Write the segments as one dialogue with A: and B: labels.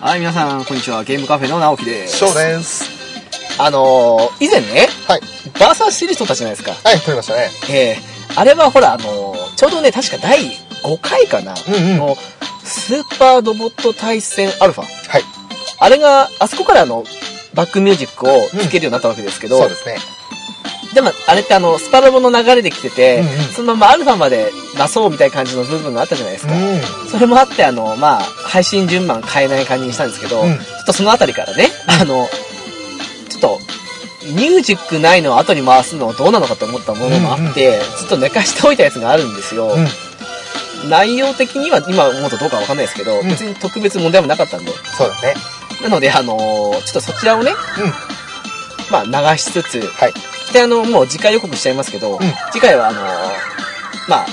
A: はい、皆さん、こんにちは。ゲームカフェの直樹です。
B: そうです。
A: あのー以前ね、
B: はい。
A: バーサーシリーズ撮ったじゃないですか。
B: はい、撮りましたね。
A: ええあれはほら、あのーちょうどね、確か第5回かな。
B: うんうん
A: の、スーパーロボット対戦アルファ。
B: はい。
A: あれが、あそこからあの、バックミュージックをつけるようになったわけですけど、
B: そうですね。
A: でもあれってあの、スパロボの流れで来てて、
B: うんうん
A: そのままアルファまで出そうみたいな感じの部分があったじゃないですか。それもあって、あの、まあ、配信順番変えない感じにしたんですけど、
B: うん
A: ちょっとそのあたりからね、 あの、ちょっと、ミュージックないのを後に回すのはどうなのかと思ったものもあって、ちょっと寝かしておいたやつがあるんですよ。
B: うん。うん。
A: 内容的には今思うとどうかわかんないですけど、
B: うん
A: 別に特別問題もなかったんで。
B: そうだね。
A: なので、あのーちょっとそちらをね、
B: うん。
A: まあ流しつつ、
B: はい。
A: で、あの、もう次回予告しちゃいますけど、
B: ん
A: 次回はあのーまあ、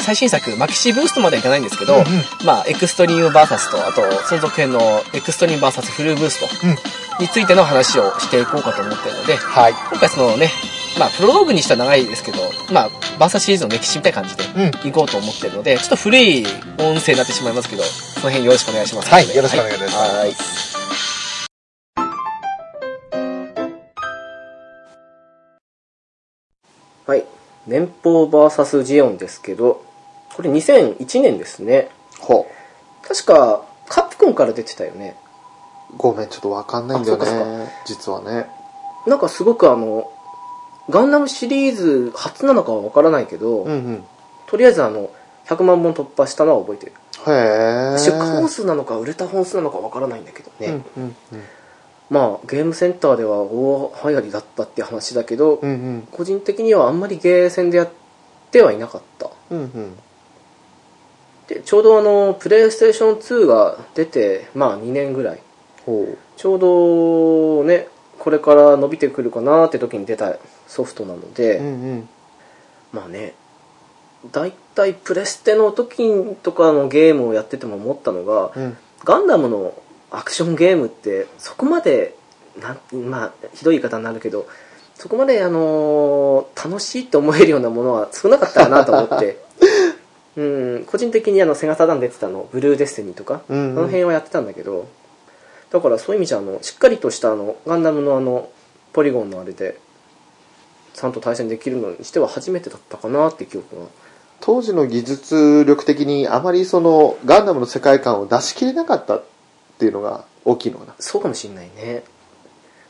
A: 最新作、マキシブーストまではいかないんですけど、
B: うんうん
A: まあ、エクストリームバーサスと、あと、その続編のエクストリームバーサスフルブースト
B: うん。
A: についての話をしていこうかと思っているので、
B: はい。
A: 今回そのね、まあ、プロローグにしたら長いですけど、まあ、バーサスシリーズの歴史みたいな感じで、
B: うん。
A: 行こうと思ってるので、ちょっと古い音声になってしまいますけど、その辺よろしくお願いします。
B: はい。よろしくお願いします。
A: はい。はい。年俸 VS ジオンですけど、これ2001年ですね。
B: ほ
A: 確か、カプコンから出てたよね。
B: う。ごめん、ちょっとわかんないんだよ
A: あそうか
B: ね。実はね。
A: なんかすごくあの、ガンダムシリーズ初なのかはわからないけど、
B: うんうん。
A: とりあえずあの、100万本突破したのは覚えてる。
B: へえ。
A: 出荷本数なのか売れた本数なのかわからないんだけどね。
B: うんうんうん。
A: まあ、ゲームセンターでは大流行りだったって話だけど、
B: うんうん。
A: 個人的にはあんまりゲーセンでやってはいなかった
B: うんうん。
A: でちょうどあのプレイステーション2が出てまあ2年ぐらい
B: ほう。
A: ちょうどねこれから伸びてくるかなって時に出たソフトなので、
B: うんうん。
A: まあねだいたいプレステの時とかのゲームをやってても思ったのが、
B: うん。
A: ガンダムのアクションゲームってそこまでなんまあひどい言い方になるけどそこまであのー楽しいって思えるようなものは少なかったなと思って うん個人的にあのセガサターン出てたのブルーデスティニーとか、
B: うんうん
A: あの辺はやってたんだけどだからそういう意味じゃあのしっかりとしたあのガンダムのあのポリゴンのあれでちゃんと対戦できるのにしては初めてだったかなって記憶が
B: 当時の技術力的にあまりそのガンダムの世界観を出し切れなかったっていうのが大きいのかな。
A: そうかもしんないね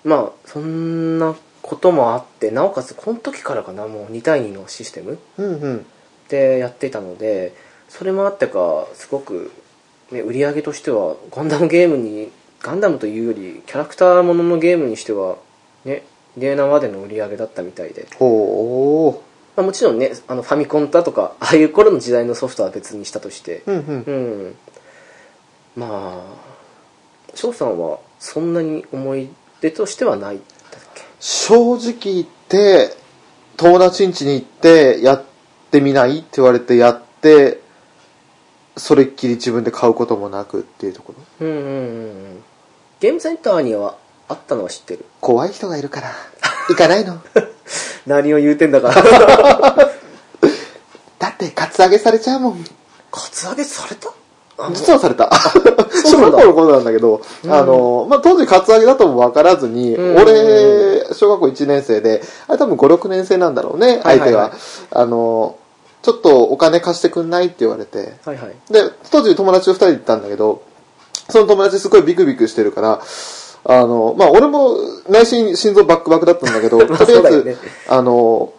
A: まあそんなこともあってなおかつこの時からかなもう2対2のシステム
B: うんうん。
A: でやっていたのでそれもあってかすごく、ね、売り上げとしてはガンダムゲームにガンダムというよりキャラクターもののゲームにしてはね異例なまでの売り上げだったみたいで、
B: ほ
A: まあ、もちろんねあのファミコンだとかああいう頃の時代のソフトは別にしたとして
B: う。うんうん
A: う。んまあ翔さんはそんなに思い出としてはないだっけ
B: 正直言って友達ん家に行ってやってみないって言われてやってそれっきり自分で買うこともなくっていうところ
A: うんうんうんうんゲームセンターにはあったのは知ってる
B: 怖い人がいるから行かないの
A: 何を言うてん だから
B: だってカツアゲされちゃうもん
A: カツアゲされたあ
B: 実はされた小
A: そうなん
B: 学
A: だ
B: 校の頃なんだけど、
A: うん
B: あのまあ、当時カツアゲだとも分からずに、
A: うん
B: 俺小学校1年生であれ多分56年生なんだろうね
A: はい
B: 相
A: はい
B: 手は,、
A: はい
B: あのちょっとお金貸してくんないって言われて
A: はいはい
B: で、当時友達と二人で行ったんだけど、その友達すごいビクビクしてるから、あの、まあ、俺も内心心臓バックバックだったんだけど、
A: まあ
B: とりあえ
A: そうだよね
B: ず、あの、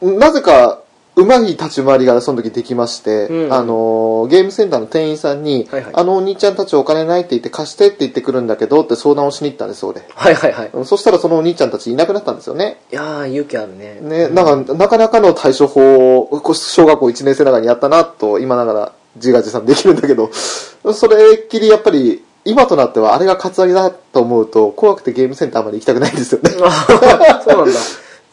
B: なぜか、うまい立ち回りがその時できまして、
A: うん
B: あの、ゲームセンターの店員さんに、
A: はいはい
B: あのお兄ちゃんたちお金ないって言って貸してって言ってくるんだけどって相談をしに行ったんです、俺。
A: はいはいはい
B: そしたらそのお兄ちゃんたちいなくなったんですよね。
A: いやー勇気あるね
B: ね、なんか、なかなかの対処法を、こう小学校1年生ながらにやったなと、今ながら自画自賛できるんだけど、それっきりやっぱり、今となってはあれがカツアゲだと思うと、怖くてゲームセンターまで行きたくないんですよね。
A: あそうなんだ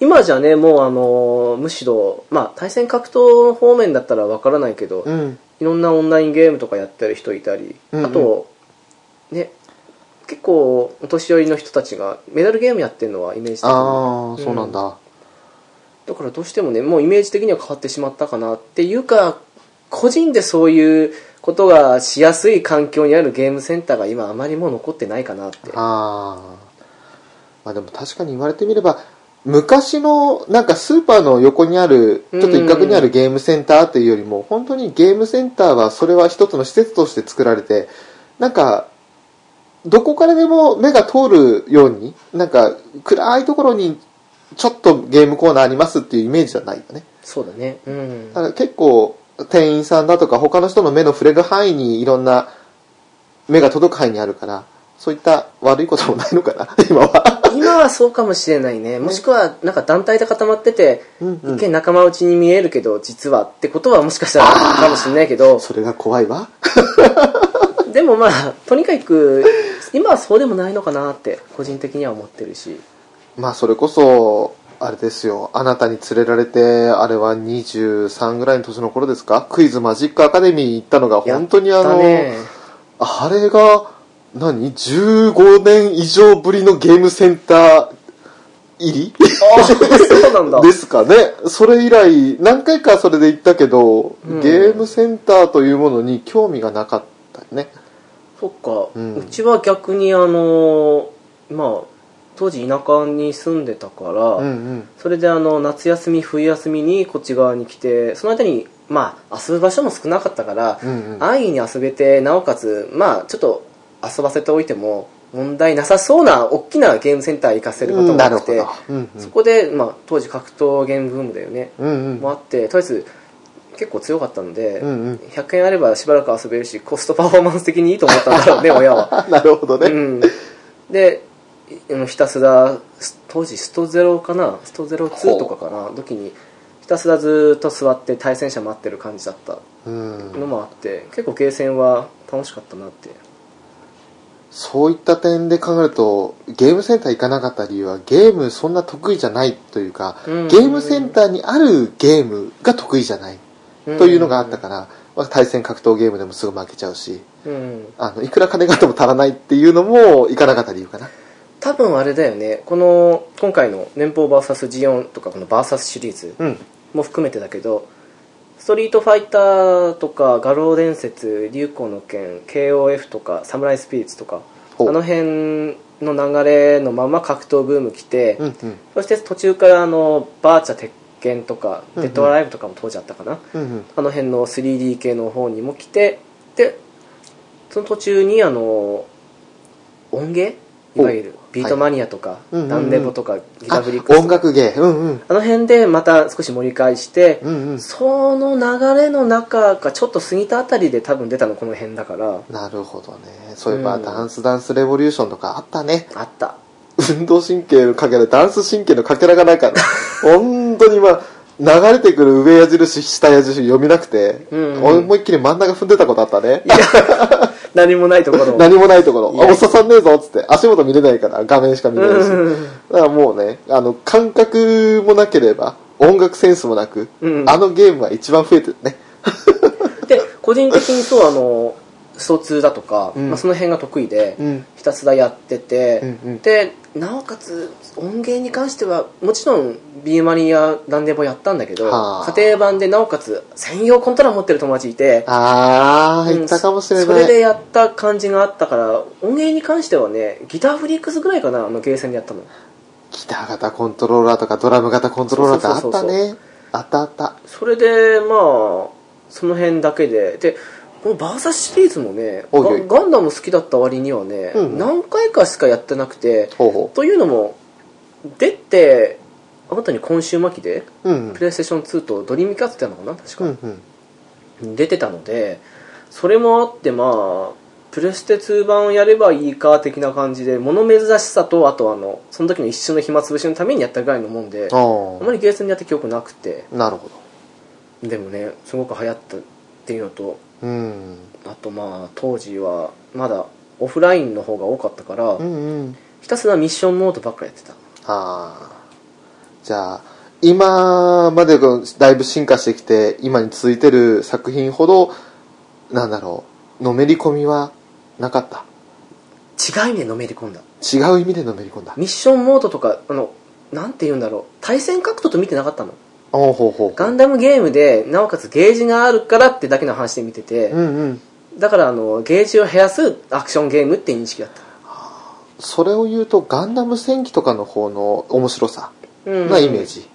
A: 今じゃねもうあのーむしろまあ対戦格闘方面だったらわからないけど、
B: うん。
A: いろんなオンラインゲームとかやってる人いたり、
B: うんうん
A: あとね結構お年寄りの人たちがメダルゲームやってるのはイメージ的に
B: ああ、そうなんだ。
A: だからどうしてもねもうイメージ的には変わってしまったかなっていうか個人でそういうことがしやすい環境にあるゲームセンターが今あまりもう残ってないかなって
B: ああまあでも確かに言われてみれば昔のなんかスーパーの横にあるちょっと一角にあるゲームセンターというよりも本当にゲームセンターはそれは一つの施設として作られてなんかどこからでも目が通るようになんか暗いところにちょっとゲームコーナーありますっていうイメージじゃないよね
A: そうだねうん
B: だから結構店員さんだとか他の人の目の触れる範囲にいろんな目が届く範囲にあるからそういった悪いこともないのかな 今は
A: 今はそうかもしれないねもしくはなんか団体で固まってて、
B: うんうん
A: 一見仲間内に見えるけど実はってことはもしかしたらあるかもしれないけど
B: それが怖いわ
A: でもまあとにかく今はそうでもないのかなって個人的には思ってるし
B: まあそれこそあれですよあなたに連れられてあれは23ぐらいの年の頃ですかクイズマジックアカデミー行ったのが本当にあ
A: だ
B: の、
A: ね
B: あれが何15年以上ぶりのゲームセンター入り
A: あそうなんだ
B: ですかねそれ以来何回かそれで行ったけど、
A: うん
B: ゲームセンターというものに興味がなかったよね
A: そっか、
B: う
A: うんちは逆にあのまあ当時田舎に住んでたから、
B: うんうん
A: それであの夏休み冬休みにこっち側に来てその間にまあ遊ぶ場所も少なかったから、
B: うんうん
A: 安易に遊べてなおかつまあちょっと遊ばせておいても問題なさそうな大きなゲームセンター行かせることも
B: な
A: な
B: る
A: く
B: ほ
A: て、
B: ど、うんうん
A: そこで、まあ、当時格闘ゲームブームだよね、
B: うん
A: もあってとりあえず結構強かったので、
B: うんうん
A: 100円あればしばらく遊べるしコストパフォーマンス的にいいと思ったんだろう ね親は、
B: あなるほどね、
A: うん、でいあのひたすらす当時ストゼロかなストゼロ2とかかな時にひたすらずーっと座って対戦者待ってる感じだった
B: うん
A: のもあって、結構ゲーセンは楽しかったなって
B: そういった点で考えるとゲームセンター行かなかった理由はゲームそんな得意じゃないというか、
A: うん
B: ゲームセンターにあるゲームが得意じゃないというのがあったから、まあ対戦格闘ゲームでもすぐ負けちゃうし
A: うん
B: あのいくら金があっても足らないっていうのも行かなかった理由かな
A: 多分あれだよねこの今回の年俸 VSG4 とかこの VS シリーズ
B: うん
A: も含めてだけどストリートファイターとか画廊伝説流行の剣 KOF とかサムライスピリッツとかあ
B: ほう
A: の辺の流れのまま格闘ブーム来て、
B: うんうん
A: そして途中からあのバーチャ鉄拳とか
B: うん
A: デ
B: うん
A: ッドアライブとかも当時あったかな、
B: うんうん
A: あの辺の 3D 系の方にも来てでその途中にあの音芸いわゆるビートマニアとか、
B: うんうんうん
A: ダンデボとかギタ
B: あ
A: ブリックスと
B: 音
A: か
B: 楽芸うんうん
A: あの辺でまた少し盛り返して、
B: うんうん
A: その流れの中がちょっと過ぎたあたりで多分出たのこの辺だから
B: なるほどねそういえば、
A: うん
B: ダンスダンスレボリューションとかあったね
A: あった
B: 運動神経のかけらダンス神経のかけら がないから本当にまあ流れてくる上矢印下矢印読みなくて、
A: うん
B: 思いっきり真ん中踏んでたことあったね
A: いや何もないところ
B: 何もないところ
A: い
B: あ
A: や
B: おっさんねえぞっつって足元見れないから画面しか見れないし、
A: うん
B: だからもうねあの感覚もなければ音楽センスもなく、
A: うん
B: あのゲームは一番増えてるね
A: で個人的にそうあのスト2だとか、
B: うん
A: まあ、その辺が得意で、
B: うん
A: ひたすらやってて、
B: うんうん
A: でなおかつ音源に関してはもちろんビーマニやダンデボやったんだけど
B: はあ
A: 家庭版でなおかつ専用コントローラー持ってる友達いて
B: ああ
A: うん
B: 言ったかもしれない、
A: それでやった感じがあったから音源に関してはねギターフリックスぐらいかなあのゲーセンでやったの
B: ギター型コントローラーとかドラム型コントローラーってあ
A: そ
B: っ
A: うそ
B: た
A: うそうそう
B: ねあったあった
A: それでまあその辺だけででこのバーサスシリーズもね
B: おいおい
A: ガガンダム好きだった割にはね、
B: うんうん
A: 何回かしかやってなくて
B: ほうほ
A: というのも出て本当に今週末期で
B: ううん
A: プレイステーション2とドリームキャッツってやるのかな確か、
B: うんうん
A: 出てたのでそれもあってまあプレステ2版をやればいいか的な感じで物珍しさとあとあのその時の一瞬の暇つぶしのためにやったぐらいのもんであ
B: あ
A: まりゲーセンでやった記憶なくて
B: あなるほ
A: でもねすごく流行ったっていうのと
B: どうん
A: あとまあ当時はまだオフラインの方が多かったから、
B: うんうん
A: ひたすらミッションモードばっかやってた
B: ああじゃあ今までがだいぶ進化してきて今に続いてる作品ほどなんだろうのめり込みはなかった
A: 違う意味でのめり込んだ
B: 違う意味でのめり込んだ
A: ミッションモードとかあのなんて言うんだろう対戦格闘と見てなかったの
B: おうほうほう
A: ガンダムゲームでなおかつゲージがあるからってだけの話で見てて、
B: うんうん
A: だからあのゲージを減らすアクションゲームって認識だった、
B: それを言うとガンダム戦記とかの方の面白さ
A: うん
B: なイメージ、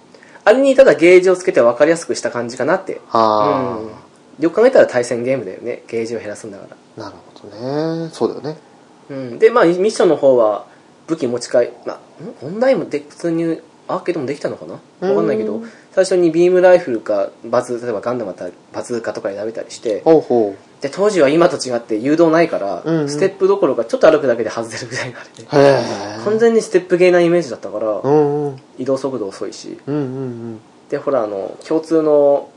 A: あれにただゲージをつけて分かりやすくした感じかなって
B: ああ、
A: うん、よく考えたら対戦ゲームだよねゲージを減らすんだから
B: なるほどねそうだよね
A: うん、でまあミッションの方は武器持ち替え、まあ、んオンラインもで普通にアーケードもできたのかな分かんないけ
B: う
A: ど
B: ん
A: 最初にビームライフルかバズ例えばガンダムだったらバズーカとか選べたりして
B: ほうほ
A: で当時は今と違って誘導ないから、
B: うんうん
A: ステップどころかちょっと歩くだけで外れるぐらいになる ね
B: うへえ
A: 完全にステップゲーなイメージだったから、
B: うんうん
A: 移動速度遅いし
B: うんうん
A: でほらあの共通の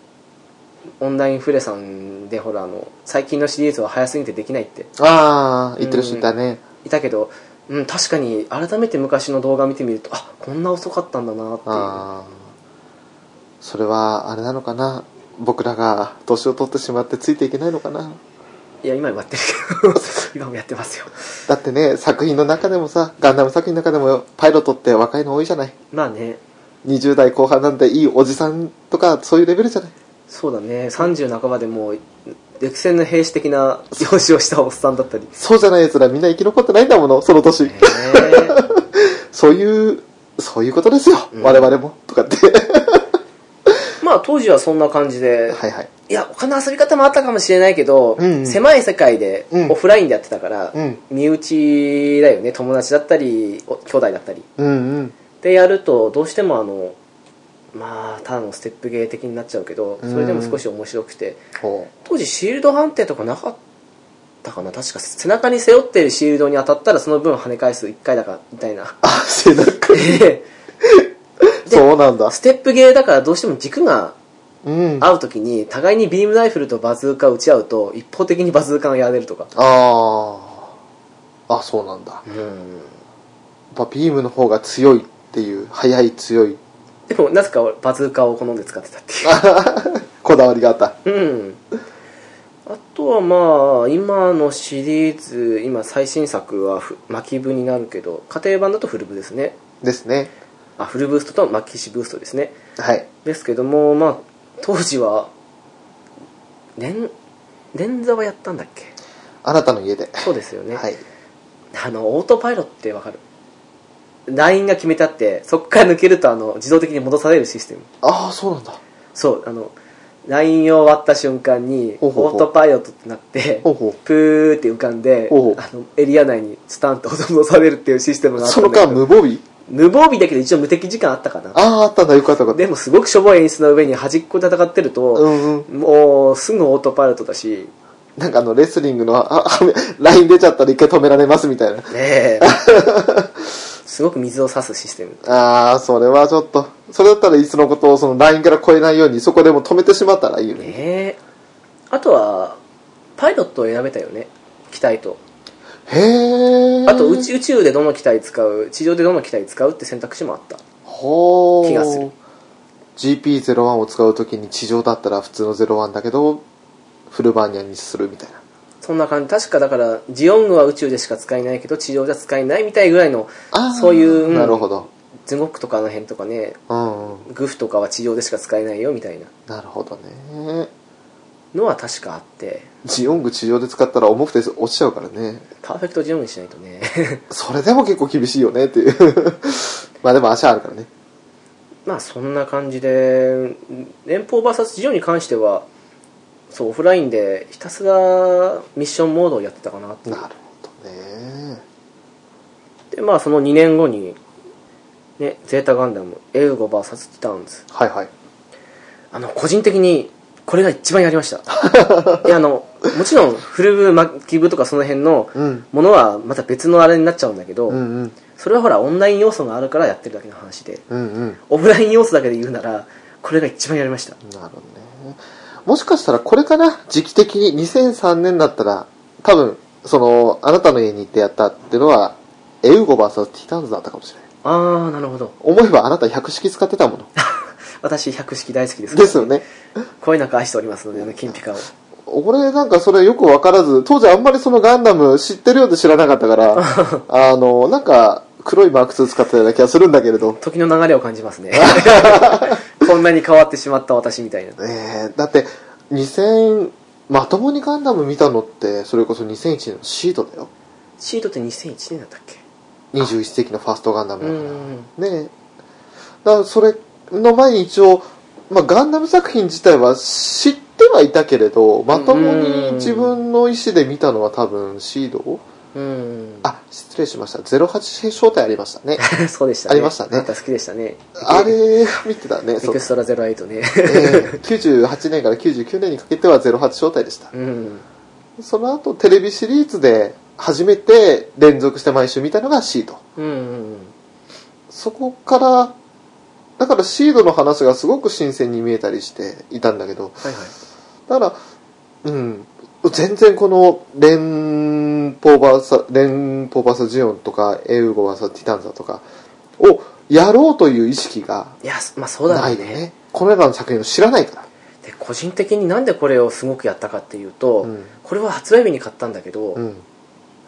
A: オンラインフレさんでほらあの最近のシリーズは早すぎてできないって
B: ああ言ってる人いたね、
A: いたけど、うん、確かに改めて昔の動画見てみるとあこんな遅かったんだなっていう
B: ああそれはあれなのかな僕らが年を取ってしまってついていけないのかない
A: や今もやってるけど 今もやってますよ
B: だってね作品の中でもさガンダム作品の中でもパイロットって若いの多いじゃない
A: まあね
B: 20代後半なんていいおじさんとかそういうレベルじゃない
A: そうだね30半ばでもう歴戦の兵士的な容姿をしたおっさんだったり
B: そうじゃない奴らみんな生き残ってないんだものその年、
A: ねえ
B: そういうそういうことですよ、
A: うん
B: 我々もとかって
A: まあ当時はそんな感じで、
B: はいはい
A: いや他の遊び方もあったかもしれないけど、
B: うんうん
A: 狭い世界で
B: うん
A: オフラインでやってたから、
B: うん
A: 身内だよね友達だったりお兄弟だったり
B: うんうん
A: でやるとどうしてもあのまあただのステップゲー的になっちゃうけどそれでも少し面白くて、
B: ほ
A: 当時シールド判定とかなかったかな確か背中に背負ってるシールドに当たったらその分跳ね返す1回だからみたいな
B: うあ背中
A: で
B: そうなんだ
A: ステップゲーだからどうしても軸が
B: うんあ
A: 合う時に互いにビームライフルとバズーカを打ち合うと一方的にバズーカがやられるとか
B: あーあそうなんだやっ
A: うん
B: ぱビームの方が強いっていう速い強い
A: でもなぜか俺バズーカを好んで使ってたっていう
B: こだわりがあった
A: うん、あとはまあ今のシリーズ今最新作はふ巻き部になるけど家庭版だとフルブですね
B: ですね
A: あフルブーストと巻きしブーストですね
B: はい
A: ですけどもまあ当時は連連座はやったんだっけ
B: あなたの家で
A: そうですよね、
B: はい
A: あのオートパイロットってわかるラインが決めてあってそこから抜けるとあの自動的に戻されるシステム
B: ああそうなんだ
A: そうあのラインを割った瞬間に
B: ほうほう
A: オ
B: ほう
A: ートパイロットってなって
B: ほうほ
A: プーって浮かんで
B: おう
A: あのエリア内にスタンと戻されるっていうシステム
B: う
A: があった
B: そ
A: んだ
B: の
A: けど
B: 間無防備
A: 無防備だけど一応無敵時間あったかな
B: あああったんだよかったよかった
A: でもすごくしょぼい演出の上に端っこで戦ってる
B: う
A: と、
B: んうん
A: もうすぐオートパイロットだし
B: なんかあのレスリングの ああライン出ちゃったら一回止められますみたいな
A: ね えすごく水を差すシステム
B: ああそれはちょっとそれだったらいっそのことをそのラインから超えないようにそこでもう止めてしまったらいいよね
A: ねえあとはパイロットを選べたよね機体と
B: へえ
A: あと宇宙宇宙でどの機体使う地上でどの機体使うって選択肢もあった
B: ほー
A: 気がする
B: GP01 を使うときに地上だったら普通の01だけどフルバーニャにするみたいな
A: そんな感じ確かだからジオングは宇宙でしか使えないけど地上じゃ使えないみたいぐらいの
B: あー
A: そういううん
B: なるほど
A: ズゴックとかあの辺とかね
B: うん、うん、
A: グフとかは地上でしか使えないよみたいな
B: なるほどね
A: のは確かあって
B: ジオング地上で使ったら重くて落ちちゃうからね
A: パーフェクトジオングにしないとね
B: それでも結構厳しいよねっていう まあでも足あるからね
A: まあそんな感じで連邦 VS ジオンに関してはそうオフラインでひたすらミッションモードをやってたかなって
B: なるほどね
A: でまあその2年後にねゼータガンダムエルゴ VS ティターンズ
B: はいはい
A: あの個人的にこれが一番やりま したいやあのもちろんフルブ巻き部とかその辺の
B: うん
A: ものはまた別のあれになっちゃうんだけど、
B: うんうん
A: それはほらオンライン要素があるからやってるだけの話で
B: うんうん
A: オフライン要素だけで言うならこれが一番やりました
B: なるほどね。もしかしたらこれかな時期的に2003年だったら、多分、その、あなたの家に行ってやったっていうのは、エウゴ VS ティターンズだったかもしれない。
A: ああなるほど
B: 思えばあなた百式使ってたもの。
A: 私百式大好きです
B: ですよね。
A: 声なんか愛しておりますのであの金ピカを
B: 俺なんかそれよくわからず、当時あんまりそのガンダム知ってるようで知らなかった から、あの、なんか黒いマーク2使ってたような気がするんだけれど。
A: 時の流れを感じ ますねこんなに変わってしまった私みたいな
B: ねえだって2000まともにガンダム見たのって、それこそ2001年のシートだよ。
A: シードって2001年だったっけ
B: 21世紀のファーストガンダ
A: う
B: ムだから。
A: ん
B: ねえだからそれの前に一応、まあ、ガンダム作品自体は知ってはいたけれどまともに自分の意思で見たのは多分シード
A: うん
B: あ失礼しました08招待ありました ね
A: そうでしたね
B: ありましたね
A: あなた好きでしたね
B: あれ見てたね
A: エ
B: そう
A: ク、ストラ08ね
B: ええ98年から99年にかけては08招待でした
A: うん
B: その後テレビシリーズで初めて連続して毎週見たのがシード
A: うんうん
B: そこからだからシードの話がすごく新鮮に見えたりしていたんだけど
A: はいはい
B: だから、うん、全然この、連邦バーサ、連邦バーサジオンとか、エウゴバーサティタンザとかをやろうという意識が
A: いやまあそうだ
B: な
A: ろう
B: い
A: ね
B: ね。このらの作品を知らないから。
A: で個人的になんでこれをすごくやったかっていうと、
B: うん
A: これは発売日に買ったんだけど、
B: うん。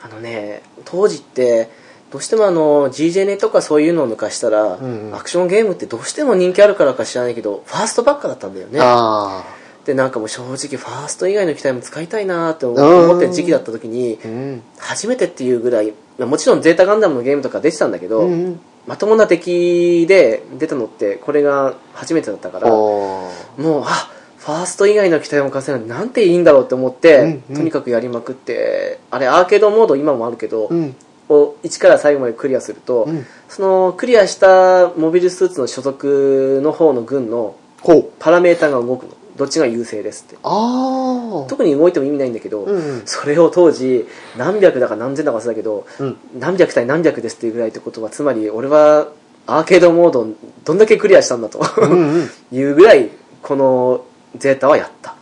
A: あのね当時ってどうしてもあの GJ ネとかそういうのを抜かしたら、
B: うんうん
A: アクションゲームってどうしても人気あるからか知らないけどファーストばっかだったんだよね
B: あ
A: でなんかもう正直ファースト以外の機体も使いたいなーって
B: うん
A: 思ってる時期だった時に
B: あ。うん。
A: 初めてっていうぐらいまあもちろんゼータガンダムのゲームとか出てたんだけど、
B: うん。
A: まともな敵で出たのってこれが初めてだったから
B: おー
A: もうあファースト以外の機体を貸せるのなんていいんだろうって思って、
B: うんうん
A: とにかくやりまくってあれアーケードモード今もあるけど、
B: うん。
A: を1から最後までクリアすると、
B: うん。
A: そのクリアしたモビルスーツの所属の方の軍の
B: ほう。
A: パラメータが動くのどっちが優勢ですって
B: ああ。
A: 特に動いても意味ないんだけど、
B: うん。
A: それを当時何百だか何千だか忘れたけど
B: うん。
A: 何百対何百ですっていうぐらいってことはつまり俺はアーケードモードをどんだけクリアしたんだと
B: うんうん。
A: いうぐらいこのゼータはやった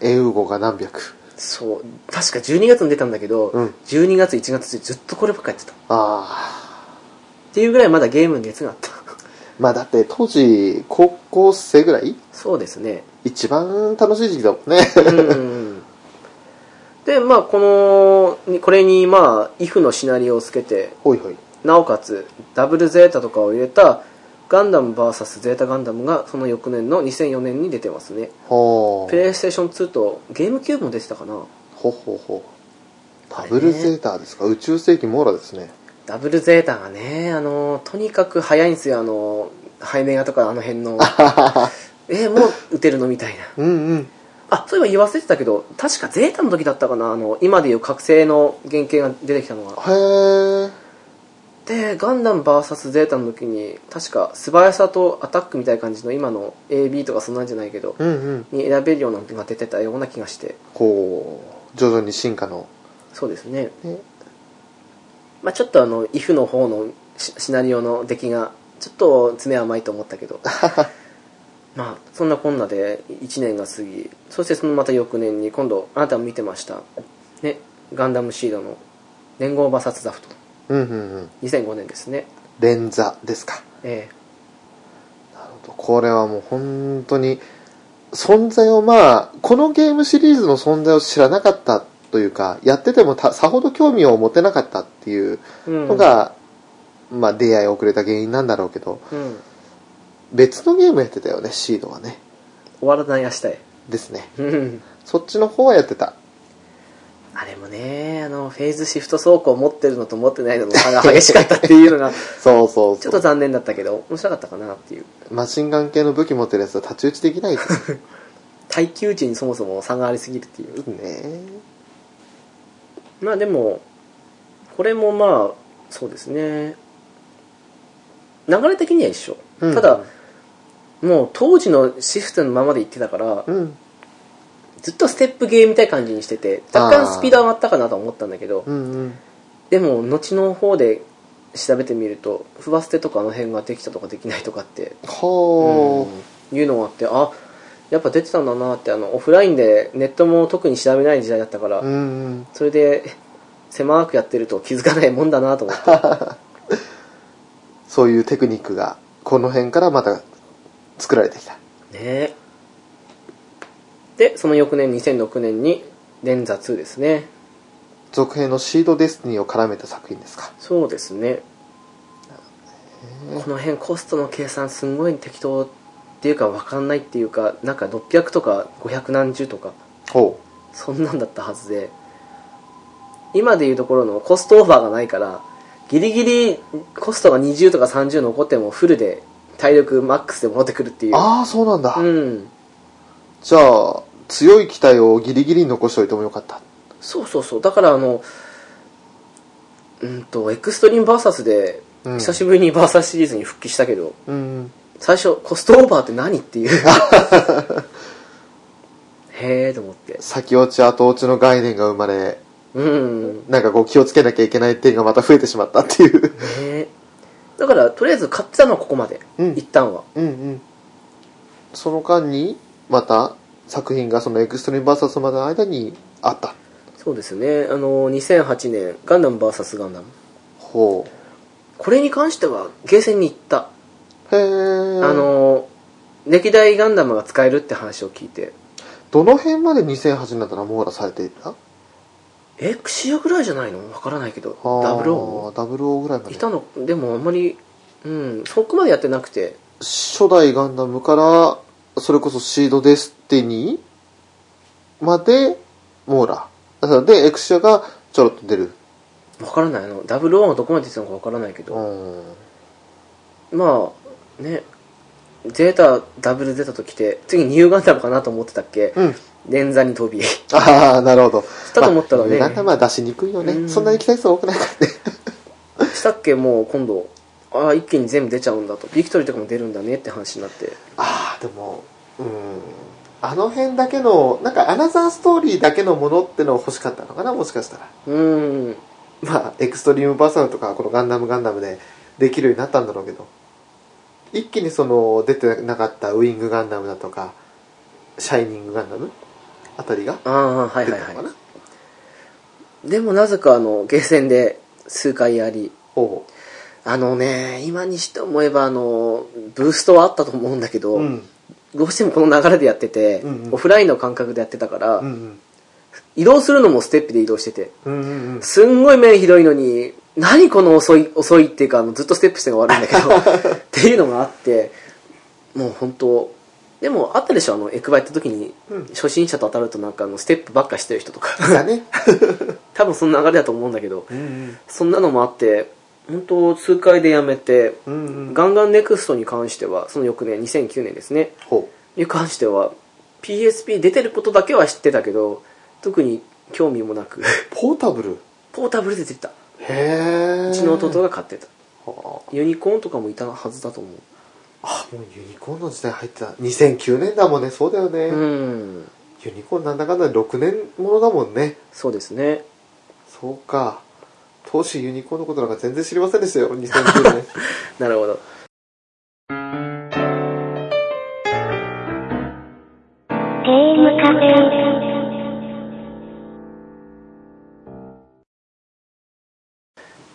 B: エウゴが何百。
A: そう確か12月に出たんだけど、
B: うん
A: 12月1月ずっとこればっかやってたっ
B: ああ。
A: ていうぐらいまだゲームに熱があった
B: まあだって当時、高校生ぐらい
A: そうですね
B: 一番楽しい時期だもんね。
A: うんでまあこのにこれにまあ「IF」のシナリオをつけて
B: ほいほい。
A: なおかつダブルゼータとかを入れたガンダム VS ゼータガンダムがその翌年の2004年に出てますね
B: ほう。
A: プレイステーション2とゲームキューブも出てたかな
B: ほうほうほう。ダブルゼータですか、宇宙世紀網羅ですね。
A: ダブルゼータがねあのとにかく速いんですよあの背面がとかあの辺のえもう打てるのみたいな
B: うんうん。
A: あそういえば言わせてたけど確かゼータの時だったかなあの今でいう覚醒の原型が出てきたのが
B: へえ。
A: でガンダム VS ゼータの時に確か素早さとアタックみたいな感じの今の AB とかそんなんじゃないけど、
B: うんうん。
A: に選べるようなのが出てたような気がして
B: こう、徐々に進化の。
A: そうですね、
B: ね
A: まあ、ちょっとあの IF の方のシシナリオの出来がちょっと詰め甘いと思った けどまあそんなこんなで1年が過ぎそしてそのまた翌年に今度あなたも見てましたねガンダムシードの連合馬殺ザフト
B: うんうんうん。
A: 2005年ですね
B: 連座ですか。
A: え
B: なるほど。これはもう本当に、存在をまあ、このゲームシリーズの存在を知らなかったというか、やっててもたさほど興味を持てなかったっていう
A: えうん
B: のが、まあ出会い遅れた原因なんだろうけど、
A: うん、
B: 別のゲームやってたよね、シードはね。
A: 終わらない明日へ
B: ですね。
A: うん
B: そっちの方はやってた。
A: あれもね、あの、フェーズシフト走行を持ってるのと持ってないのの差が激しかったっていうのが、
B: そうそう
A: ちょっ
B: そ
A: と
B: う。
A: 残念だったけど、面白かったかなっていう。
B: マシンガン系の武器持ってるやつは太刀打ちできないですよ
A: 耐久値にそもそも差がありすぎるっていう。
B: ね。
A: まあでも、これもまあ、そうですね。流れ的には一緒。
B: うん
A: ただ、もう当時のシフトのままで行ってたから、
B: うん。
A: ずっとステップゲーみたいな感じにしてて、若干スピード上がったかなと思ったんだけど
B: う、んうん。
A: でも後の方で調べてみるとフバステとかあの辺ができたとかできないとかって
B: ほー。
A: いうのがあってあやっぱ出てたんだなってあのオフラインでネットも特に調べない時代だったから、
B: うんうん。
A: それで狭くやってると気づかないもんだなと思って
B: そういうテクニックが、この辺からまた作られてきた。
A: ねでその翌年2006年に「レンザ2」ですね
B: 続編のシードデスティニーを絡めた作品ですか。
A: そうですねこの辺コストの計算すんごい適当っていうか分かんないっていうかなんか600とか500何十とか
B: ほ
A: そんなんだったはずで今でいうところのコストオーバーがないからギリギリコストが20とか30残ってもフルで体力マックスで戻ってくるっていう
B: ああそうなんだ、
A: うん
B: じゃあ強い機体をギリギリに残しておいてもよかった
A: そうそうそうだからあのうんとエクストリームバーサスで
B: うん
A: 久しぶりにバーサスシリーズに復帰したけど、
B: うん
A: 最初コストオーバーって何って いうへえと思って
B: 先落ち後落ちの概念が生まれ
A: うんね
B: なんかこう気をつけなきゃいけない点がまた増えてしまったっていう
A: えだからとりあえず買ってたのはここまで、
B: うん
A: 一旦は
B: うんうんその間にまた作品がそのエクストリームバーサスまでの間にあった
A: そうですねあの2008年ガンダム VS ガンダム
B: ほ
A: これに関してはゲーセンに行った、
B: うへえ
A: あの歴代ガンダムが使えるって話を聞いて
B: どの辺まで2008になったら網羅されていた
A: えクシアぐらいじゃないのわからないけど
B: あー
A: ダブル
B: 00ぐらいまで
A: いたのでもあんまりうんそこまでやってなくて
B: 初代ガンダムからそれこそシードデスティニーまで網羅だからでエクシアがちょろっと出る
A: わからないあのダブルオーがどこまで出てたのかわからないけど、
B: うん
A: まあねゼータダブルゼータと来て次ニューガンダムかなと思ってたっけ
B: うん
A: 連座に飛び
B: ああなるほど
A: たと思ったらね
B: まあ、ガンダムは出しにくいよね、
A: うん
B: そんなに期待数多くないからね
A: したっけもう今度ああ一気に全部出ちゃうんだとビクトリーとかも出るんだねって話になって
B: ああでもうんあの辺だけのなんかアナザーストーリーだけのものってのを欲しかったのかなもしかしたら
A: うーん
B: まあエクストリームバーサルとかこの「ガンダムガンダム」でできるようになったんだろうけど一気にその出てなかったウィングガンダムだとかシャイニングガンダムあたりが
A: ああはい
B: 出
A: はい
B: たのか
A: は
B: ない
A: でもなぜかあのゲーセンで数回やり
B: ほ
A: あのね今にして思えばあのブーストはあったと思うんだけど、
B: ううん
A: どうしてもこの流れでやってて、
B: うんうん
A: オフラインの感覚でやってたから、
B: うん
A: 移動するのもステップで移動してて
B: うんうん
A: すんごい目ひどいのに、何この遅い、遅いっていうか、あのずっとステップしてが悪いんだけど、 っていうのがあって、もう本当、でもあったでしょ、あの、エクバ行った時に、
B: うん
A: 初心者と当たるとなんかあの、ステップばっかしてる人とか、
B: だね
A: 多分その流れだと思うんだけど、
B: うん
A: そんなのもあって、本当数回でやめて、
B: うんうん
A: ガンガンネクストに関しては、その翌年、2009年ですね、
B: ほ
A: に関しては、PSP 出てることだけは知ってたけど、特に興味もな く、
B: うポータブル
A: ポータブルで出てた。
B: へえ
A: うちの弟が買ってた。
B: はあ
A: ユニコーンとかもいたはずだと思
B: あもうユニコーンの時代入ってた2009年だもんねそうだよね、
A: ううん
B: ユニコーンなんだかんだで6年ものだもんね
A: そうですね
B: そうか当時ユニコーンのことなんか全然知りませんでしたよ2009年
A: なるほど
C: ゲームカフェ。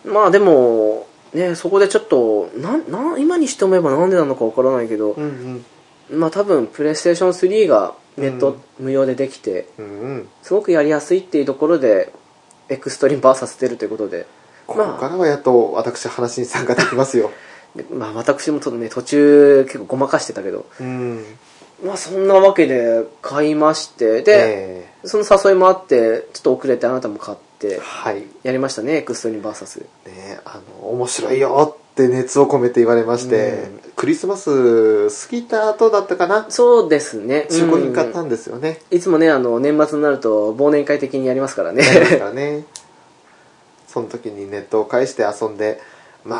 A: まあでもねそこでちょっとなんなん今にして思えばなんでなのかわからないけど
B: う、ん
A: まあ多分プレイステーション3がネット無料でできて、
B: うんうんうん
A: すごくやりやすいっていうところでエクストリームバーサス出るということで
B: ここからはやっと私話に参加できますよ
A: でまあ私もちょっとね途中結構ごまかしてたけど
B: うん
A: まあそんなわけで買いましてで、
B: え
A: その誘いもあってちょっと遅れてあなたも買って
B: えはいね
A: やりましたねエクストリームバーサス
B: えあの面白いよって熱を込めて言われまして、クリスマス過ぎた後だったかな
A: そうですね
B: 中古に買った
A: うん
B: んですよね、
A: いつもねあの年末になると忘年会的にやりますからね
B: だからねその時にネットを介して遊んでま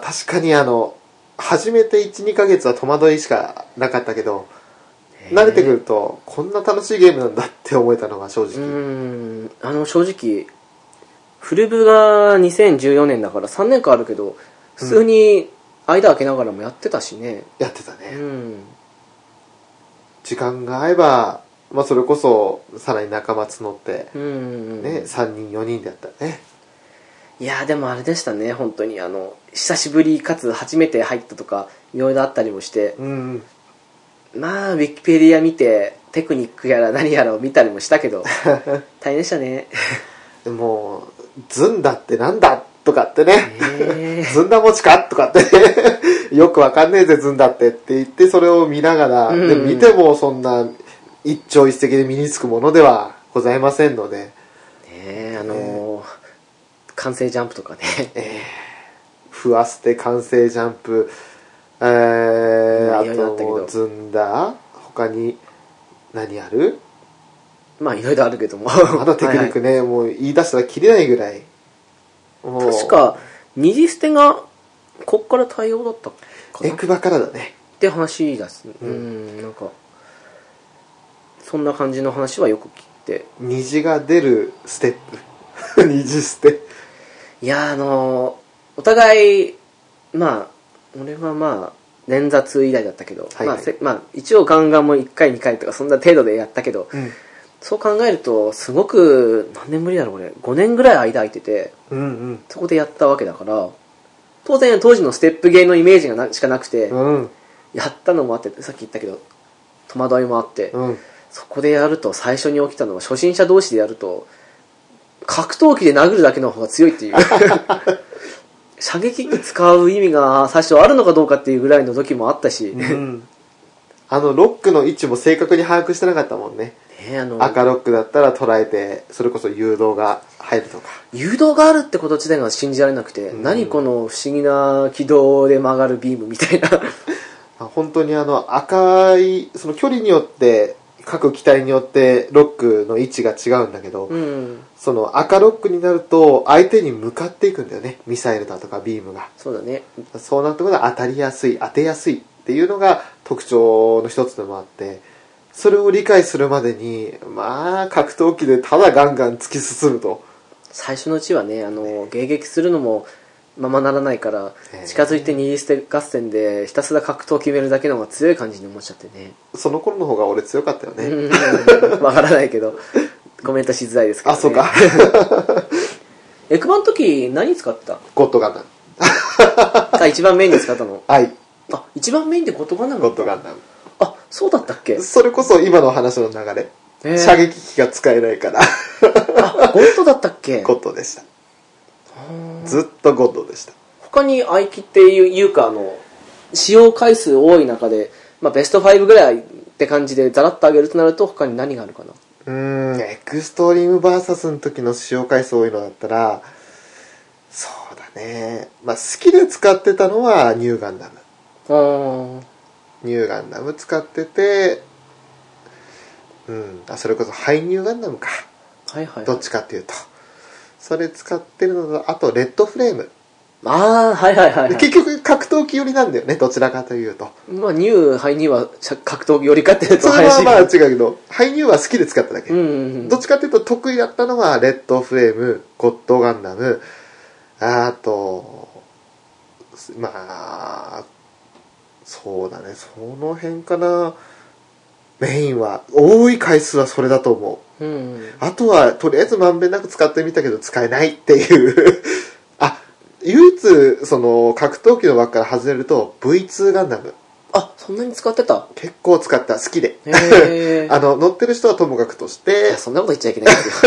B: あ確かにあの初めて12ヶ月は戸惑いしかなかったけど慣れてくるとこんな楽しいゲームなんだって思えたのが正
A: う
B: 直、
A: ーんあの正直フルブが2014年だから3年間あるけど普通に間空けながらもやってたしね
B: やってた
A: う
B: ね、
A: ん
B: 時間が合えば、まあ、それこそさらに仲間募って、
A: うん、うん
B: ね3人4人でやったらね
A: いやでもあれでしたね本当にあの久しぶりかつ初めて入ったとかいろいろあったりもして、
B: うん
A: まあウィキペディア見てテクニックやら何やらを見たりもしたけ ど大変でしたね
B: でも「ずんだってなんだ?」とかってね、
A: え
B: ずんだ餅かとかってね よくわかんねえぜ、ずんだってって言って、それを見ながら、
A: うん
B: で見てもそんな一朝一夕で身につくものではございませんので、
A: えあのー完成ジャンプとかね
B: ふわ捨て完成ジャンプ、え
A: うん
B: ー、
A: いろいろあっ
B: あ
A: たけど
B: と、ずんだ、他に、何ある
A: まあいろいろあるけども
B: あのテクニック
A: はい
B: ね、もう言い出したら切れないぐらい。もう
A: 確、か二次捨てがこっから対応だったか
B: エ
A: なっ
B: クバからだね。
A: て話だすう
B: うん
A: ん、なんかそんな感じの話はよく聞いて
B: 虹が出るステップ。 虹捨て。
A: いやーあのーお互いまあ俺はまあ連雑以来だったけど、
B: はいはい
A: まあせまあ、一応ガンガンも1回2回とかそんな程度でやったけど、
B: うん。
A: そう考えるとすごく何年ぶりだろう俺5年ぐらい間空いてて
B: うん
A: そこでやったわけだから当然当時のステップゲーのイメージがなしかなくて、
B: うん。うん。
A: やったのもあってさっき言ったけど戸惑いもあって、
B: うん。
A: そこでやると最初に起きたのは初心者同士でやると格闘技で殴るだけの方が強い っていう射撃機使う意味が最初あるのかどうかっていうぐらいの時もあったし、
B: う
A: ね
B: ん。あの、ロックの位置も正確に把握してなかったもんね。
A: あの
B: 赤ロックだったら捉えて、それこそ誘導が入るとか。
A: 誘導があるってこと自体が信じられなくて、
B: うん
A: 何この不思議な軌道で曲がるビームみたいな
B: まあ本当にあの赤いその距離によって各機体によってロックの位置が違うんだけど、
A: うん
B: その赤ロックになると相手に向かっていくんだよねミサイルだとかビームが
A: そうだね
B: そうなってくると当たりやすい当てやすいっていうのが特徴の一つでもあってそれを理解するまでにまあ格闘機でただガンガン突き進むと
A: 最初のうちはねあの迎撃するのもままならないから、
B: ね
A: 近づいて握り捨て合戦でひたすら格闘を決めるだけの方が強い感じに思っちゃってね
B: その頃の方が俺強かったよね、
A: うんわからないけどコメントしづらいですけど、
B: あ
A: ね、
B: そ うか
A: エクバの時何使って
B: ゴッドガンダム
A: たあ一番メインで使ったの
B: はい
A: あ一番メインでゴッドガンダム
B: ゴッドガンダム
A: あそうだったっけ
B: それこそ今の話の流れ
A: えー
B: 射撃機が使えないから
A: あゴッドだったっけ
B: ゴッドでした
A: あー
B: ずっとゴッドでした
A: 他に愛機っていういうかあの使用回数多い中で、まあ、ベスト5ぐらいって感じでざらっと上げるとなると他に何があるかな
B: うーんエクストリームバーサスの時の使用回数多いのだったらそうだねまあ好きで使ってたのはニューガンダム
A: あー
B: ニューガンダム使っててうんあそれこそハイニューガンダムか
A: はいはい、は
B: ど
A: い
B: っ、ちかっていうとそれ使ってるのとあとレッドフレーム
A: ああはいはいはい、
B: で
A: はい
B: 結局格闘機寄りなんだよねどちらかというと
A: まあ、ニューハイニューはしゃ格闘技よりかってやつ
B: そ
A: は
B: れ
A: 怪し
B: はいまあ違うけどハイニューは好きで使っただけ
A: うんうんうん
B: どっちかっていうと得意だったのは、レッドフレーム、ゴッドガンダム、あと、すまあ、そうだね、その辺かな。メインは、多い回数はそれだと思う。
A: うんうん
B: あとは、とりあえずまんべんなく使ってみたけど、使えないっていう。 あ、唯一、その、格闘技の輪から外れると、V2 ガンダム。
A: あそんなに使ってた
B: 結構使った、好きで。
A: へー
B: あの、乗ってる人はともかくとし
A: い
B: て
A: や、そんなこと言っちゃいけないです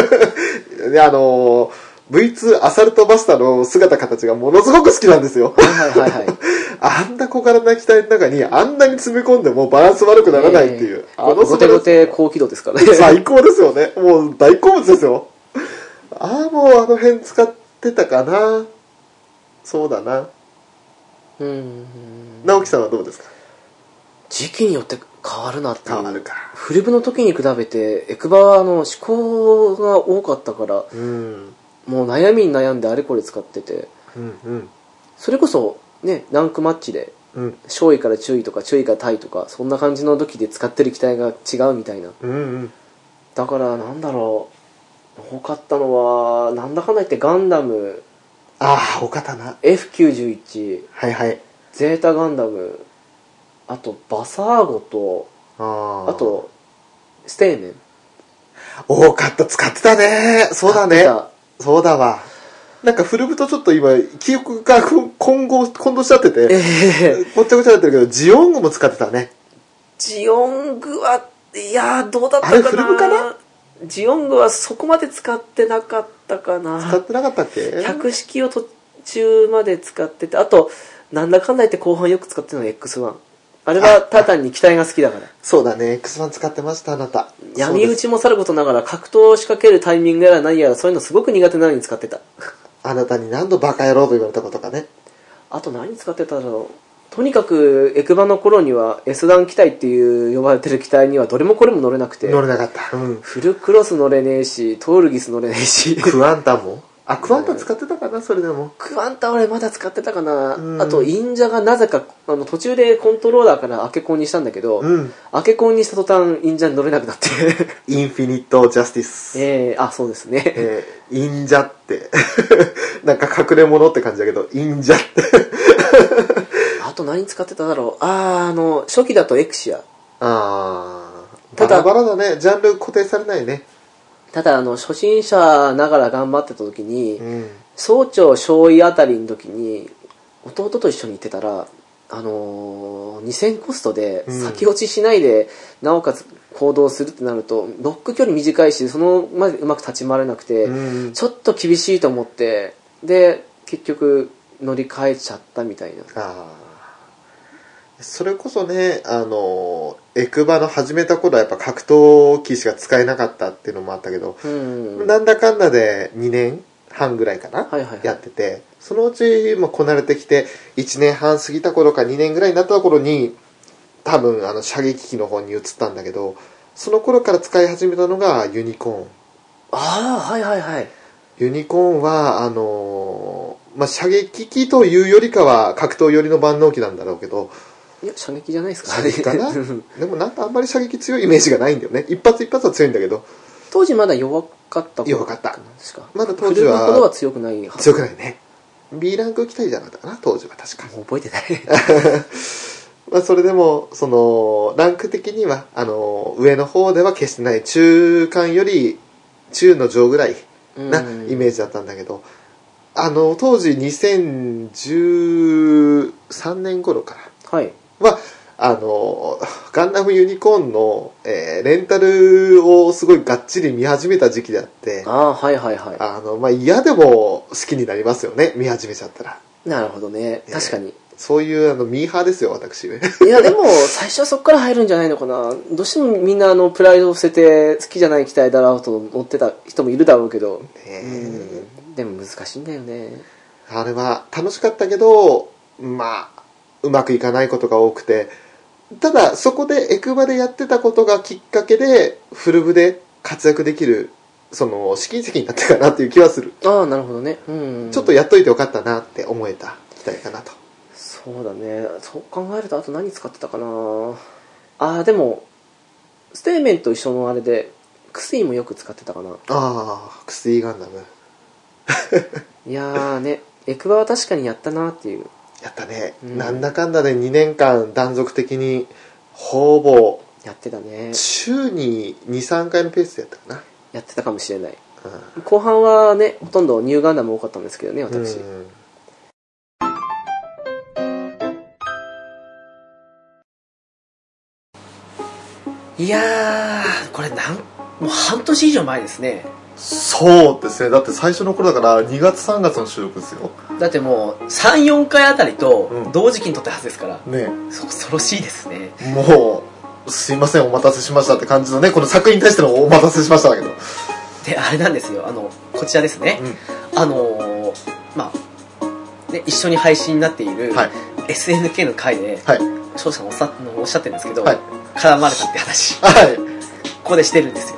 A: よ
B: で、あのー V2 アサルトバスターの姿形がものすごく好きなんですよ。
A: はいはいはいはい
B: あんな小柄な機体の中にあんなに詰め込んでもバランス悪くならないっていう。
A: えー
B: あの
A: ゴテゴテ高軌道ですからね
B: 姿最高ですよね。もう大好物ですよ。ああ、もうあの辺使ってたかな。そうだな。
A: うんうん
B: 直樹さんはどうですか
A: 時期によって変わるなっていう
B: 変わるか
A: フルブの時に比べてエクバはあの思考が多かったから
B: うん。
A: もう悩みに悩んであれこれ使ってて
B: うんうん。
A: それこそねランクマッチで
B: うん。
A: 勝利から注意とか注意から対とかそんな感じの時で使ってる機体が違うみたいな
B: うんうん。
A: だからなんだろう多かったのはなんだかんだ言ってガンダム
B: ああ、お方な。
A: F91
B: はいはい。
A: ゼータガンダムあとバサーゴと
B: あー
A: あ、とステイメン
B: 多かった、使ってたね。そうだね。そうだわ。なんか古ぶとちょっと今、記憶が混混合、混同しちゃって
A: え
B: て、
A: え
B: ごっちゃごちゃになってるけど、ジオングも使ってたね。
A: ジオングはいやーどうだったか
B: あ
A: な
B: れフルブかな
A: ジオングはそこまで使ってなかったか
B: 使
A: な
B: ってなかったっけ
A: 百式を途中まで使っててあとなんだかんだ言って後半よく使ってたのは X1 あれはタタンに機体が好きだから
B: そうだね X 版使ってましたあなた
A: 闇
B: そう
A: 討
B: です
A: ちもさることながら格闘を仕掛けるタイミングやら何やらそういうのすごく苦手なのに使ってた
B: あなたに何度バカ野郎と言われたことかね
A: あと何使ってただろうとにかくエクバの頃には S 弾機体っていう呼ばれてる機体にはどれもこれも乗れなくて
B: 乗れなかったうん
A: フルクロス乗れねえしトールギス乗れねえし
B: クアンタもあクアンタ使ってたかなそれでも
A: クワンタ俺まだ使ってたか
B: うん
A: なあとインジャがなぜかあの途中でコントローラーからアケコンにしたんだけど、
B: うん
A: アケコンにした途端インジャに乗れなくなって
B: インフィニット・ジャスティス
A: ええあそうですね、
B: えー、忍者って なんか隠れ物って感じだけど忍者って
A: あと何使ってただろうあああの初期だとエクシア
B: ああ
A: た
B: バ
A: だ
B: ラバラだねジャンル固定されないね
A: ただあの初心者ながら頑張ってた時に、
B: うん
A: 総長少尉あたりの時に弟と一緒に行ってたらあのー2000コストで
B: うん
A: 先落ちしないで、なおかつ行動するってなるとロック距離短いしそのまでうまく立ち回れなくて、
B: うん
A: ちょっと厳しいと思ってで結局乗り換えちゃったみたいな
B: ああそれこそねあのエクバの始めた頃はやっぱ格闘機しか使えなかったっていうのもあったけど、
A: うん
B: なんだかんだで2年半ぐらいかな、
A: はいはいはい
B: やっててそのうちもうこなれてきて1年半過ぎた頃か2年ぐらいになった頃に多分あの射撃機の方に移ったんだけどその頃から使い始めたのがユニコーン
A: ああはいはいはい
B: ユニコーンはあのーまあ、射撃機というよりかは格闘寄りの万能機なんだろうけど
A: いや射撃じゃないですか
B: 射撃かな
A: うん
B: でもなんかあんまり射撃強いイメージがないんだよね一発一発は強いんだけど
A: 当時まだ弱かった
B: 弱かった
A: ですか
B: まだ当時
A: フル
B: は
A: マほどは強くないはず
B: 強くないね B ランク機体じゃなかったかな当時は確か
A: もう覚えてない
B: まあそれでもそのランク的にはあの上の方では決してない中間より中の上ぐらいな
A: うん
B: イメージだったんだけど、あの当時2013年頃か
A: はい
B: らはあのガンダムユニコーンの、えーレンタルをすごいがっちり見始めた時期であって
A: ああはいはいは
B: あの、まあ、嫌でも好きになりますよね見始めちゃったら
A: いなるほどね
B: え
A: 確かに、
B: そういうあのミーハーですよ私
A: いやでも最初はそこから入るんじゃないのかなどうしてもみんなあのプライドを捨てて好きじゃない機体だろうと思ってた人もいるだろうけど、うんでも難しいんだよね
B: あれは楽しかったけど、まあ、うまくいかないことが多くて、ただそこでエクバでやってたことがきっかけで、フルブで活躍できる、その、試金石になったかなっていう気はする。
A: ああなるほどねうん
B: ちょっとやっといてよかったなって思えた期待かなと。
A: そうだねそう考えるとあと何使ってたかなああでもステーメンと一緒のあれでクスイもよく使ってたかな
B: ああ、クスイガンダム。
A: いやーねエクバは確かにやったなっていう
B: やったね。
A: うん
B: なんだかんだで2年間断続的に、ほぼ、
A: やってたね
B: 週に2、3回のペースでやったか
A: やってたかもしれない
B: な。うん
A: 後半はねほとんどニューガンダム多かったんですけどね私、
B: うん
A: いやーこれなんもう半年以上前ですね
B: そうですねだって最初の頃だから2月3月の収録ですよ
A: だってもう34回あたり
B: う
A: と
B: ん
A: 同時期に撮ったはずですから、
B: ね
A: そ恐ろしいですね
B: もうすいませんお待たせしましたって感じのねこの作品に対してのお待たせしましただけど、
A: であれなんですよあのこちらですね、あのーまあ、ね、一緒に配信になっている、
B: はい
A: SNK の回で
B: はい
A: 翔さんおっしゃあのおっしゃってるんですけど、
B: はい
A: 絡まれたって話こ
B: はい
A: こでしてるんですよ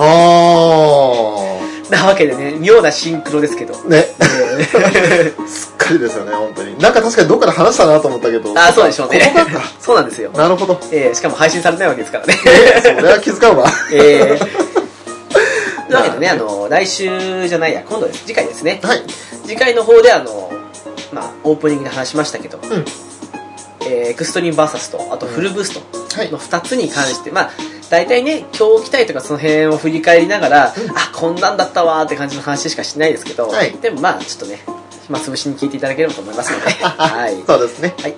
B: あ
A: なわけでね妙なシンクロですけ ど
B: あねすっかりですよね本当になんか確かにどっかで話したなと思ったけど
A: ああそうでしょうね
B: ここだった
A: そうなんですよ、
B: なるほ ど
A: えーしかも配信されないわけですからね
B: それは気づかんわ
A: えーというわけでね、あの、来週じゃないや、今度です、次回ですね。
B: はい
A: 次回の方で、あの、まあ、オープニングで話しましたけど、
B: うん
A: えーエクストリームバーサスと、あとフルブースト
B: はい
A: の2つに関して、まあ、大体ね、今日来たいとかその辺を振り返りながら、あ、こんなんだったわーって感じの話しかしないですけど、
B: はい
A: でもまあ、ちょっとね、暇つぶしに聞いていただければと思いますので、 はい。
B: そうですね
A: はい。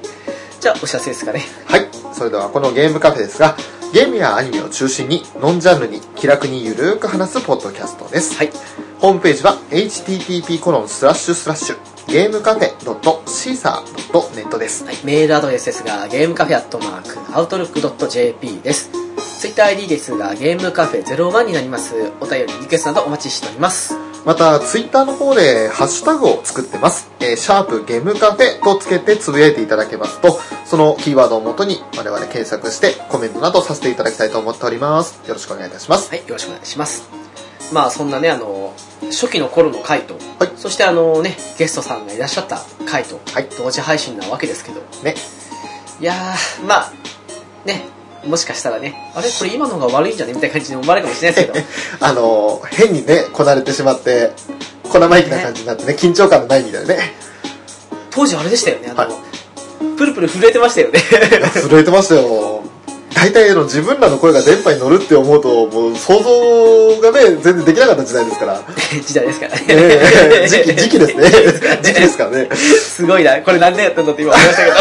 A: じゃあ、お知らせですかね。
B: はい、それではこのゲームカフェですが、ゲームやアニメを中心にノンジャンルに気楽にゆるーく話すポッドキャストです、
A: はい
B: ホームページは http コロンスラッシュスラッシュゲームカフェ c ー s a r n e t です
A: はい、メールアドレスですが、ゲームカフェアットマーク、アウトルックドット JP です。ツイッター ID ですが、ゲームカフェ01になります。お便り、リクエストなどお待ちしております。
B: またツイッターの方でハッシュタグを作ってます、えーシャープゲームカフェとつけてつぶやいていただけますとそのキーワードをもとに我々検索してコメントなどさせていただきたいと思っておりますよろしくお願いいたします
A: はい、よろしくお願いします。まあ、そんなね、あの、初期の頃の回と、
B: はい
A: そしてあのね、ゲストさんがいらっしゃった回と、
B: はい
A: 同時配信なわけですけど、
B: ね
A: いやー、まあ、ね、もしかしたらね、あれこれ今の方が悪いんじゃねみたいな感じに思われるかもしれない です
B: あのー変にねこなれてしまって小生意気な感じになってね緊張感のないみたいなね
A: けど、当時あれでしたよね、あの、
B: はい
A: プルプル震えてましたよね。
B: いや震えてましたよ大体あの自分らの声が電波に乗るって思うともう想像がね全然できなかった時代ですから、ね
A: 時代ですからね。
B: え、時期時期ですね時期ですからね
A: すごいな。これなんでやったんだって今思いましたけど。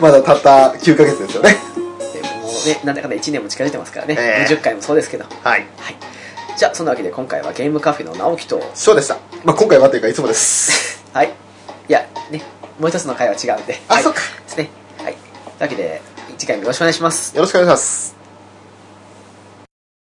B: まだたった9ヶ月ですよね
A: でももうね、なんだかんだ1年も近づいてますからね。
B: ええ
A: 20回もそうですけど。は
B: はい
A: い。じゃあ、そんなわけで今回はゲームカフェの直樹と、
B: そうでした、まあ、今回はというかいつもです
A: はい。いや、ね、もう一つの回は違うんで。
B: あ、
A: はい
B: そっか
A: ですね。はい。というわけで、次回もよろしくお願いします。
B: よろしくお願いします